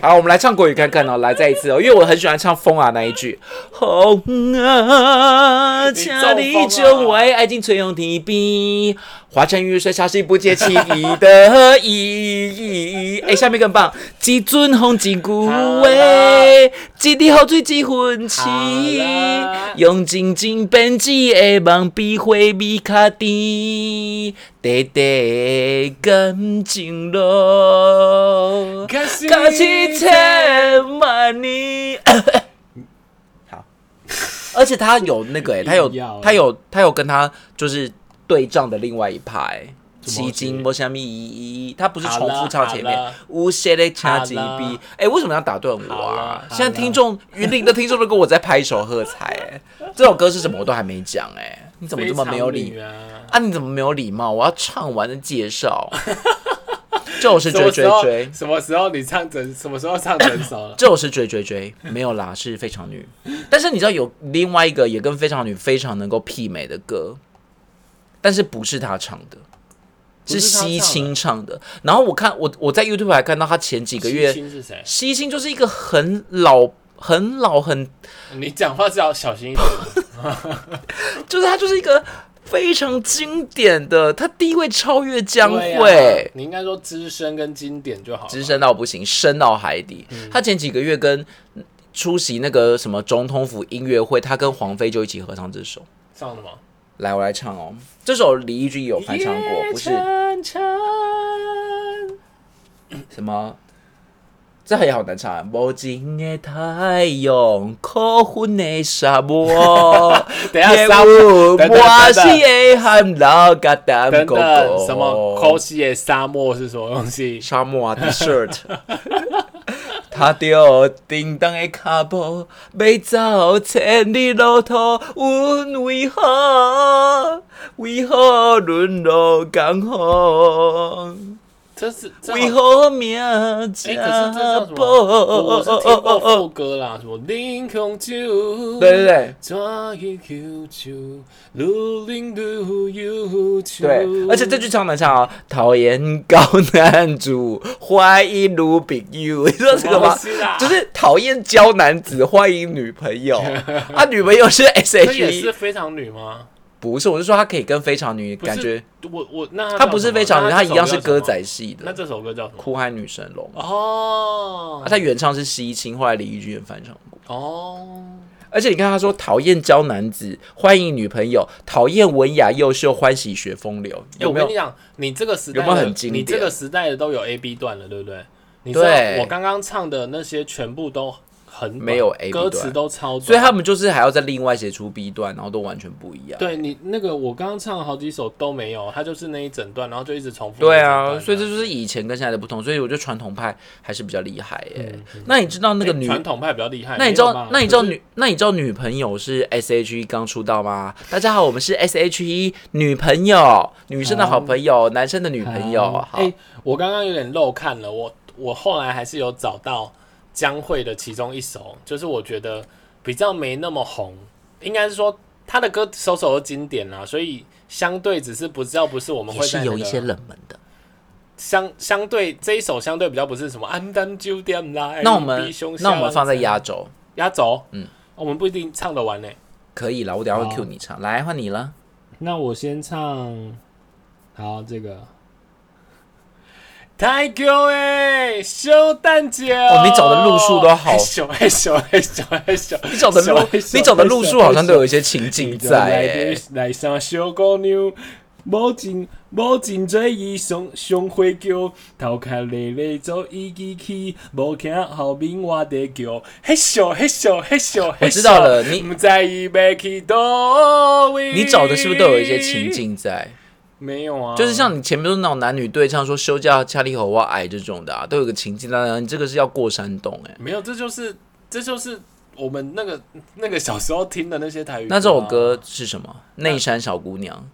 Speaker 2: 好，我们来唱国语看看哦，来再一次哦，因为我很喜欢唱《风啊》那一句。风啊，请你将我的爱情吹向天边，化成雨水，消失不见其意的意义。哎、下面更棒，一阵风一句
Speaker 1: 好
Speaker 2: 话
Speaker 1: 啦，
Speaker 2: 一滴雨水一份
Speaker 1: 好
Speaker 2: 情
Speaker 1: 啦，
Speaker 2: 用真情编织的梦比花美较甜，短短的感情路。
Speaker 1: 可惜
Speaker 2: 感情千万年。 好，而且他有那个哎、他有
Speaker 1: 硬要欸
Speaker 2: 他有他有跟他就是对仗的另外一派、欸。
Speaker 1: 怎么
Speaker 2: 奇
Speaker 1: 回事
Speaker 2: 经波虾米一一，他不是
Speaker 1: 好
Speaker 2: 重
Speaker 1: 了
Speaker 2: 复唱前
Speaker 1: 好
Speaker 2: 面
Speaker 1: 了
Speaker 2: 无邪的掐几
Speaker 1: 好
Speaker 2: 逼
Speaker 1: 了？
Speaker 2: 哎、为什么要打断我
Speaker 1: 好
Speaker 2: 啊
Speaker 1: 了？
Speaker 2: 现在听众云林的听众都跟我在拍手喝彩、 欸，哎，这首歌是什么我都还没讲，哎，你怎么这么没有
Speaker 1: 非常
Speaker 2: 礼
Speaker 1: 女啊？
Speaker 2: 啊？你怎么没有礼貌？我要唱完的介 绍，就是
Speaker 1: 什
Speaker 2: 追
Speaker 1: 么时
Speaker 2: 追
Speaker 1: 候
Speaker 2: 追，
Speaker 1: 什么时候你唱整？什么时候唱整首了
Speaker 2: ？这首是追追追，
Speaker 1: 嗯
Speaker 2: 没有啦，是非常女。但是你知道有另外一个也跟非常女非常能够媲美的歌，但是不是她唱的，
Speaker 1: 不是她唱的
Speaker 2: 西青唱的。然后我看我我在 YouTube 还看到她前几个月，
Speaker 1: 星是谁？
Speaker 2: 西青就是一个很老。很老很，
Speaker 1: 你讲话是要小心一点。
Speaker 2: 就是她就是一个非常经典的，她地位超越江
Speaker 1: 对啊
Speaker 2: 蕙，
Speaker 1: 你应该说资深跟经典就好了。
Speaker 2: 资深到不行，深到海底。
Speaker 1: 嗯
Speaker 2: 她前几个月跟出席那个什么总统府音乐会，她跟黄飞就一起合唱这首。
Speaker 1: 唱什么？
Speaker 2: 来，我来唱哦。这首李翊君有翻唱过，不是
Speaker 1: 是。
Speaker 2: 什么？这也好难唱啊！无情的太阳，苦恨的沙 漠，
Speaker 1: 等一下
Speaker 2: 夜
Speaker 1: 哎沙
Speaker 2: 幕
Speaker 1: 漠等等
Speaker 2: 我
Speaker 1: 等
Speaker 2: 是
Speaker 1: 等
Speaker 2: 的含老甲蛋
Speaker 1: 等
Speaker 2: 狗
Speaker 1: 等，
Speaker 2: 狗，
Speaker 1: 什么口西的沙漠是什么东西？
Speaker 2: 沙漠啊，T-shirt。踏着叮当的脚步，要走千里路途，阮为何为何沦落江湖？
Speaker 1: 这是这好
Speaker 2: 为何命
Speaker 1: 哎、
Speaker 2: 这
Speaker 1: 可是这叫什么？我是听过副歌啦，什么零空九，
Speaker 2: 对对对
Speaker 1: 抓一 Q 九，路零路 U 九，
Speaker 2: 对，而且这句超难唱啊、讨厌高男主，欢迎卢炳佑， 你知道这个吗
Speaker 1: 什么东西啦？
Speaker 2: 就是讨厌娇男子，欢迎女朋 友啊，女朋友是 S
Speaker 1: 这
Speaker 2: H
Speaker 1: 也是
Speaker 2: E，
Speaker 1: 非常女吗？
Speaker 2: 不是，我是说他可以跟非常女
Speaker 1: 不
Speaker 2: 感觉
Speaker 1: 是，我我那
Speaker 2: 他不是非常女，
Speaker 1: 他
Speaker 2: 他一样是歌仔。戏
Speaker 1: 那
Speaker 2: 的
Speaker 1: 这首歌叫什么？
Speaker 2: 哭嗨女神龙啊，
Speaker 1: 哦，
Speaker 2: 他原唱是西青，后来李玉君也翻唱过。
Speaker 1: 哦，
Speaker 2: 而且你看，他说讨厌娇男子，欢迎女朋友，讨厌文雅优秀，欢喜学风流，
Speaker 1: 哎
Speaker 2: 有没
Speaker 1: 我跟你
Speaker 2: 有？
Speaker 1: 讲，你这个时代的
Speaker 2: 有没有很经典
Speaker 1: 你这个时代的都有 A B 段了，对不对？你知道
Speaker 2: 对
Speaker 1: 我刚刚唱的那些全部都很短
Speaker 2: 没有 A B
Speaker 1: 歌
Speaker 2: 段
Speaker 1: 词都超短，
Speaker 2: 所以他们就是还要再另外写出 B 段，然后都完全不一样。
Speaker 1: 对你那个我刚刚唱了好几首都没有，它就是那一整段，然后就一直重复。
Speaker 2: 对
Speaker 1: 一整
Speaker 2: 啊，
Speaker 1: 段
Speaker 2: 所以这就是以前跟现在的不同，所以我觉得传统派还是比较厉害耶、嗯那你知道那个
Speaker 1: 哎
Speaker 2: 女？
Speaker 1: 传统派比较厉害。
Speaker 2: 那你知道
Speaker 1: 没有吧
Speaker 2: 那你知道
Speaker 1: 就是
Speaker 2: 女那你知道女朋友是 S H E 刚出道吗？大家好，我们是 S H E 女朋友，女生的好朋友，男生的女朋友。啊好，
Speaker 1: 哦哎、我刚刚有点漏看了，我我后来还是有找到江蕙的其中一首，就是我觉得比较没那么红，应该是说她的歌首首都经典啦，所以相对只是不知道不是我们
Speaker 2: 也
Speaker 1: 会在、
Speaker 2: 是
Speaker 1: 那
Speaker 2: 有
Speaker 1: 个
Speaker 2: 一些冷门的。
Speaker 1: 相相对这一首相对比较不是什么安丹酒店来，
Speaker 2: 那我们
Speaker 1: 哎比胸
Speaker 2: 那我们
Speaker 1: 下
Speaker 2: 放在压轴
Speaker 1: 压轴，
Speaker 2: 嗯
Speaker 1: 嗯，我们不一定唱得完呢、
Speaker 2: 可以了，我等一下会
Speaker 1: 好
Speaker 2: Q 你唱，来换你了。
Speaker 1: 那我先唱，好这个。太久诶，哎修蛋姐哦
Speaker 2: 哦你找的路数都好
Speaker 1: 修 哎修哎修哎修，
Speaker 2: 你找的路，你
Speaker 1: 哎
Speaker 2: 找的路数好像都有一些情境
Speaker 1: 你
Speaker 2: 在、
Speaker 1: 来
Speaker 2: 欸。
Speaker 1: 来上小姑娘，无尽无尽追伊上上花轿，头壳累累做伊机去，无听后面我的叫，嘿咻嘿咻嘿咻嘿咻。
Speaker 2: 我知道了你
Speaker 1: 不在意要去倒位。
Speaker 2: 你找的是不是都有一些情？境在？
Speaker 1: 没有啊，
Speaker 2: 就是像你前面都是那种男女对唱，说休假恰里吼哇矮这种的啊，都有个情境在那。你这个是要过山洞哎、
Speaker 1: 没有，这就是这就是我们那个那个小时候听的那些台语、啊
Speaker 2: 那这首
Speaker 1: 嗯
Speaker 2: 歌是什么？内山小姑娘，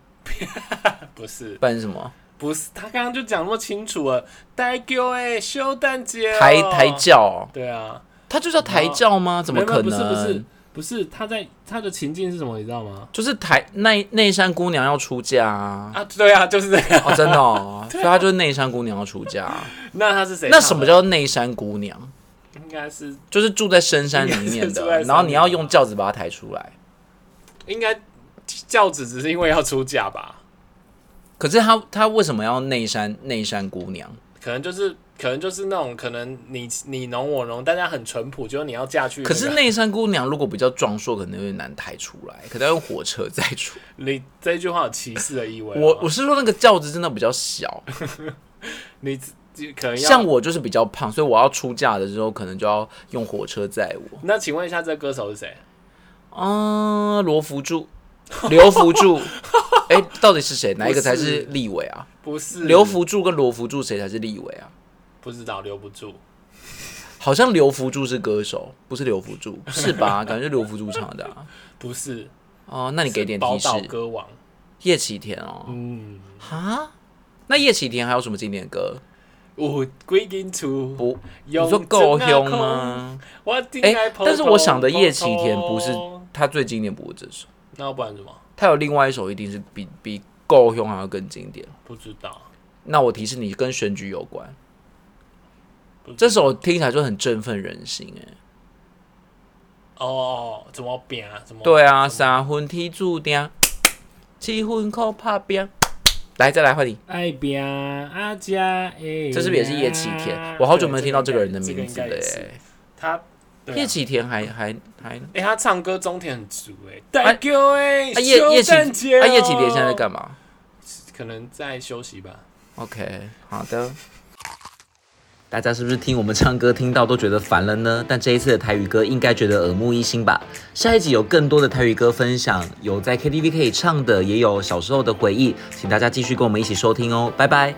Speaker 1: 不是
Speaker 2: 不然是什么？
Speaker 1: 不是，他刚刚就讲那么清楚了，台球哎，修蛋姐、哦、
Speaker 2: 抬抬轿哦，
Speaker 1: 对啊。
Speaker 2: 它就叫抬轿吗？怎么可
Speaker 1: 没有没有不是不
Speaker 2: 能
Speaker 1: 是？不是，他在他的情境是什么，你知道吗？
Speaker 2: 就是抬内内山姑娘要出嫁 啊！
Speaker 1: 啊，对啊，就是这样。
Speaker 2: 哦，真的哦，所以她就是内山姑娘要出嫁 啊。
Speaker 1: 那他是谁？
Speaker 2: 那什么？叫内山姑娘？
Speaker 1: 应该是
Speaker 2: 就是住在深山里
Speaker 1: 应该
Speaker 2: 面
Speaker 1: 是 住在
Speaker 2: 的
Speaker 1: 山，里
Speaker 2: 然后你要用轿子把它抬出来。
Speaker 1: 应该教子只是因为要出嫁吧？
Speaker 2: 可是她她为什么要内山内山姑娘？
Speaker 1: 可能就是可能就是那种可能你你侬我侬，大家很淳朴，就是你要嫁去、
Speaker 2: 可是内山姑娘如果比较壮硕，可能有点难抬出来，可能要用火车载出。
Speaker 1: 你这句话有歧视的意味吗。
Speaker 2: 我我是说那个轿子真的比较小，
Speaker 1: 你自己可能要
Speaker 2: 像我就是比较胖，所以我要出嫁的时候可能就要用火车载我。
Speaker 1: 那，请问一下，这歌手是谁？
Speaker 2: 啊，罗福柱， 刘福柱，哎、到底是谁？哪一个才
Speaker 1: 不
Speaker 2: 是
Speaker 1: 是
Speaker 2: 立委啊？
Speaker 1: 不是
Speaker 2: 刘福柱跟罗福柱谁才是立委啊？
Speaker 1: 不知道留不住。
Speaker 2: 好像刘福柱是歌手，不是刘福柱，是吧？感觉是刘福柱唱的啊。
Speaker 1: 不是，
Speaker 2: 哦，那你给点
Speaker 1: 宝
Speaker 2: 提示
Speaker 1: 岛。歌王。
Speaker 2: 叶启田哦，
Speaker 1: 嗯，
Speaker 2: 哈，那叶启田还有什么经典歌？
Speaker 1: 有几间厝，
Speaker 2: 不，你
Speaker 1: 用
Speaker 2: 说够
Speaker 1: 这
Speaker 2: 凶
Speaker 1: 么空？
Speaker 2: 吗？
Speaker 1: 我顶
Speaker 2: 哎、
Speaker 1: 爱泡
Speaker 2: 但是
Speaker 1: 泡
Speaker 2: 我想的叶
Speaker 1: 泡
Speaker 2: 启田不是
Speaker 1: 泡
Speaker 2: 他最经典，不是这首，
Speaker 1: 哦那不然什么？
Speaker 2: 他有另外一首一定是比比够凶还要更经典。
Speaker 1: 不知道。
Speaker 2: 那我提示你，跟选举有关。
Speaker 1: 不知
Speaker 2: 这首听起来就很振奋人心哎、
Speaker 1: 哦，怎么变啊？怎么？
Speaker 2: 对啊，三分天注定，七分靠打拼。来，再来换你。
Speaker 1: 爱拼阿家哎，啊
Speaker 2: 这是不是也是叶启田？我好久没有听到这个人的名字了
Speaker 1: 嗯对这个应该这个应该也
Speaker 2: 耶
Speaker 1: 是。他对啊
Speaker 2: 叶启田还还还，啊
Speaker 1: 哎，他唱歌中田很足哎，代购哎，
Speaker 2: 叶叶启
Speaker 1: 圣诞节哦
Speaker 2: 啊叶启田现在在干嘛
Speaker 1: 可能在休息吧。
Speaker 2: ？OK，好的。大家是不是听我们唱歌听到都觉得烦了呢？但这一次的台语歌应该觉得耳目一新吧。下一集有更多的台语歌分享，有在 KTV 可以唱的，也有小时候的回忆，请大家继续跟我们一起收听哦。拜拜。